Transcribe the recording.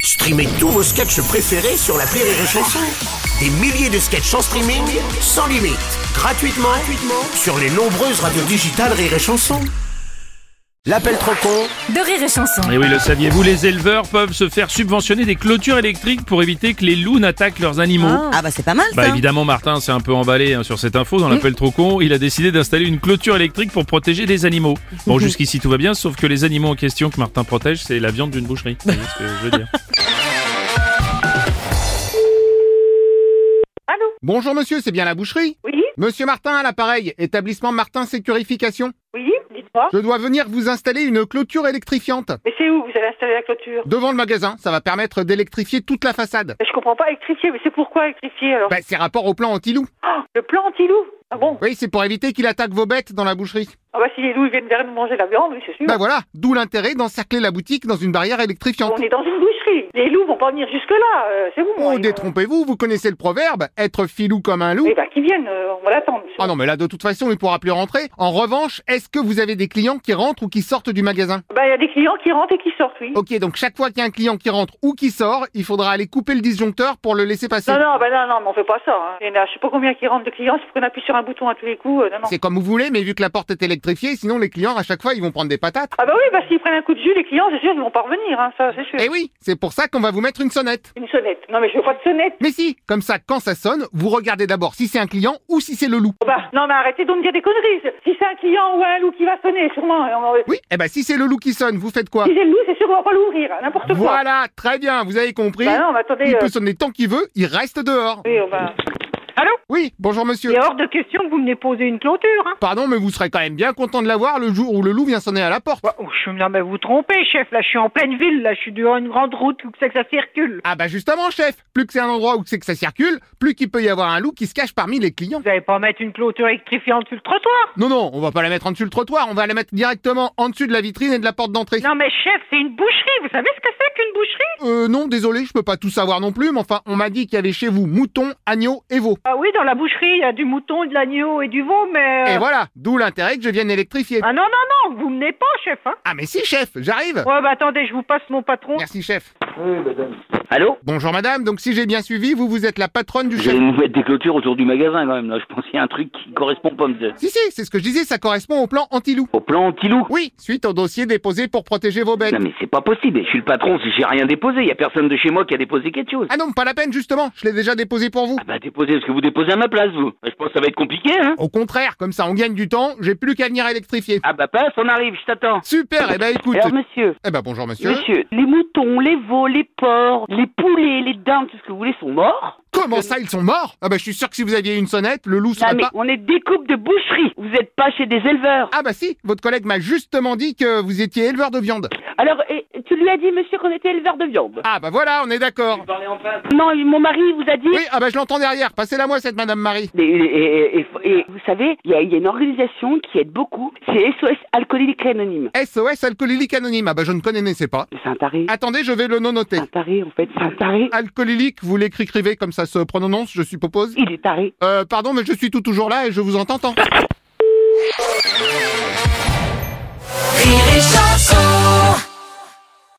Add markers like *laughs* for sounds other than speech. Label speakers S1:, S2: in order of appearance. S1: Streamez tous vos sketchs préférés sur la Rire et Chanson. Des milliers de sketchs en streaming, sans limite, gratuitement, gratuitement sur les nombreuses radios digitales Rire et Chanson. L'appel trop con
S2: de rire et chanson.
S3: Et Eh oui, le saviez-vous, les éleveurs peuvent se faire subventionner des clôtures électriques pour éviter que les loups n'attaquent leurs animaux.
S4: Ah bah c'est pas mal ça.
S3: Bah évidemment, Martin s'est un peu emballé hein, sur cette info dans l'appel trop con. Il a décidé d'installer une clôture électrique pour protéger les animaux.
S4: *laughs*
S3: Bon, jusqu'ici tout va bien, sauf que les animaux en question que Martin protège, c'est la viande d'une boucherie. Vous voyez ce que je veux dire
S5: Allô
S6: Bonjour monsieur, c'est bien la boucherie
S5: Oui
S6: Monsieur Martin à l'appareil, établissement Martin Sécurification.
S5: Oui Dites-moi.
S6: Je dois venir vous installer une clôture électrifiante.
S5: Mais c'est où Vous avez installé la clôture
S6: Devant le magasin, ça va permettre d'électrifier toute la façade.
S5: mais Je comprends pas, électrifier. Mais c'est pourquoi électrifier alors
S6: Bah, c'est rapport au plan anti-loup.
S5: Ah, Le plan anti-loup Ah bon
S6: Oui, c'est pour éviter qu'il attaque vos bêtes dans la boucherie.
S5: Ah bah si les loups ils viennent vers nous manger la viande, oui, c'est sûr.
S6: Bah voilà, d'où l'intérêt d'encercler la boutique dans une barrière électrifiante.
S5: On est dans une boucherie. Les loups vont pas venir jusque-là, euh, c'est bon.
S6: Oh,
S5: ils-
S6: détrompez-vous, vous connaissez le proverbe, être filou comme un loup.
S5: Oui, bah qu'ils viennent, euh, on va l'attendre. monsieur.
S6: Ah non, mais là, de toute façon, il pourra plus rentrer. En revanche, est-ce que vous avez des clients qui rentrent ou qui sortent du magasin
S5: Bah il y a des clients qui rentrent et qui sortent, oui.
S6: Ok, donc chaque fois qu'il y a un client qui rentre ou qui sort, il faudra aller couper le disjoncteur pour le laisser passer.
S5: Non, non, bah non, non, mais on fait pas ça. hein. Il y en a, je sais pas combien qui rentrent de clients, c'est pour qu'on appuie sur un bouton à tous les coups. euh, non, non.
S6: C'est comme vous voulez, mais vu que la porte est électrifiée, sinon les clients, à chaque fois, ils vont prendre des patates.
S5: Ah bah oui, bah s'ils prennent un coup de jus, les clients, c'est sûr, ils vont pas revenir, hein, ça, c'est sûr.
S6: Eh oui, c'est pour ça qu'on va vous mettre une sonnette.
S5: Une sonnette. Non mais je veux pas de sonnette.
S6: Mais si, comme ça, quand ça sonne, vous regardez d'abord si c'est un client ou si c'est le loup.
S5: Oh Bah, non mais arrêtez donc de dire des conneries. Si c'est un client ou un loup qui va sonner, sûrement. euh, on-
S6: Oui, eh ben si c'est le loup qui sonne, vous faites quoi
S5: Si j'ai le loup, c'est sûr qu'on va pas l'ouvrir, hein, n'importe quoi.
S6: Voilà, très bien, vous avez compris.
S5: Bah non, mais attendez.
S6: Il
S5: euh,
S6: peut sonner tant qu'il veut, il reste dehors.
S5: oui, on va-
S6: Oui, bonjour monsieur.
S7: Il est hors de question que vous venez poser une clôture. Hein.
S6: Pardon, mais vous serez quand même bien content de l'avoir le jour où le loup vient sonner à la porte.
S7: Bah, oh, je suis là, mais vous trompez, chef. Là, je suis en pleine ville. Là, je suis devant une grande route où que c'est que ça circule.
S6: Ah bah justement, chef, plus que c'est un endroit où c'est que ça circule, plus qu'il peut y avoir un loup qui se cache parmi les clients.
S7: Vous allez pas mettre une clôture électrifiante sur le trottoir
S6: Non, non, on va pas la mettre en dessus le trottoir, on va la mettre directement en dessus de la vitrine et de la porte d'entrée.
S7: Non, mais chef, c'est une boucherie. Vous savez ce que c'est qu'une boucherie
S6: Euh, non, désolé, je peux pas tout savoir non plus, mais enfin, on m'a dit qu'il y avait chez vous moutons, agneaux et veaux.
S7: Ah oui, dans la boucherie, il y a du mouton, de l'agneau et du veau, mais... euh,
S6: Et voilà, d'où l'intérêt que je vienne électrifier.
S7: Ah non, non, non, vous menez pas, chef. Hein.
S6: Ah mais si, chef, j'arrive
S7: Ouais, bah attendez, je vous passe mon patron.
S6: Merci, chef.
S8: Allô
S6: Bonjour madame, donc si j'ai bien suivi, vous, vous êtes la patronne du chef.
S8: J'allais vous mettre des clôtures autour du magasin quand même. Là, je pense qu'il y a un truc qui correspond pas monsieur.
S6: Si, si, c'est ce que je disais, ça correspond au plan anti-loup.
S8: au plan anti-loup.
S6: Oui, suite au dossier déposé pour protéger vos bêtes.
S8: Non mais c'est pas possible. Je suis le patron, si j'ai rien déposé, il y a personne de chez moi qui a déposé quelque chose.
S6: Ah non, pas la peine, justement, je l'ai déjà déposé pour vous.
S8: Ah bah déposez parce que vous déposez à ma place vous. Bah, Je pense que ça va être compliqué hein.
S6: Au contraire, comme ça on gagne du temps, j'ai plus qu'à venir électrifier.
S8: Ah bah passe, on arrive, je t'attends.
S6: Super, eh ben écoute.
S8: Alors monsieur,
S6: Eh ben bonjour monsieur.
S8: monsieur, les moutons, les veaux, les porcs, les poulets, les dindes, tout ce que vous voulez sont morts.
S6: Comment ça, ils sont morts Ah bah je suis sûr que si vous aviez une sonnette, le loup serait
S8: Non mais
S6: pas.
S8: on est découpe de boucherie. Vous êtes pas chez des éleveurs.
S6: Ah bah si, votre collègue m'a justement dit que vous étiez éleveur de viande.
S8: Alors eh, tu lui as dit monsieur qu'on était éleveur de viande. bah
S6: Ah bah voilà, on est d'accord.
S8: Non, mon mari vous a dit.
S6: Oui, ah bah je l'entends derrière. Passez-la moi cette Madame Marie.
S8: Et, et- et- et- et vous savez, il y, a il y a une organisation qui aide beaucoup, c'est SOS Alcoolique Anonyme.
S6: SOS alcoolique anonyme. Ah bah je ne connaissais pas.
S8: C'est un taré.
S6: Attendez, je vais le non noter.
S8: C'est un taré, en fait, c'est un taré.
S6: Alcoolique, vous l'écrivez comme ça se prononce, je suppose.
S8: Il est taré.
S6: Euh, pardon, mais je suis tout toujours là et je vous entends. tant.
S2: Rire et chanson.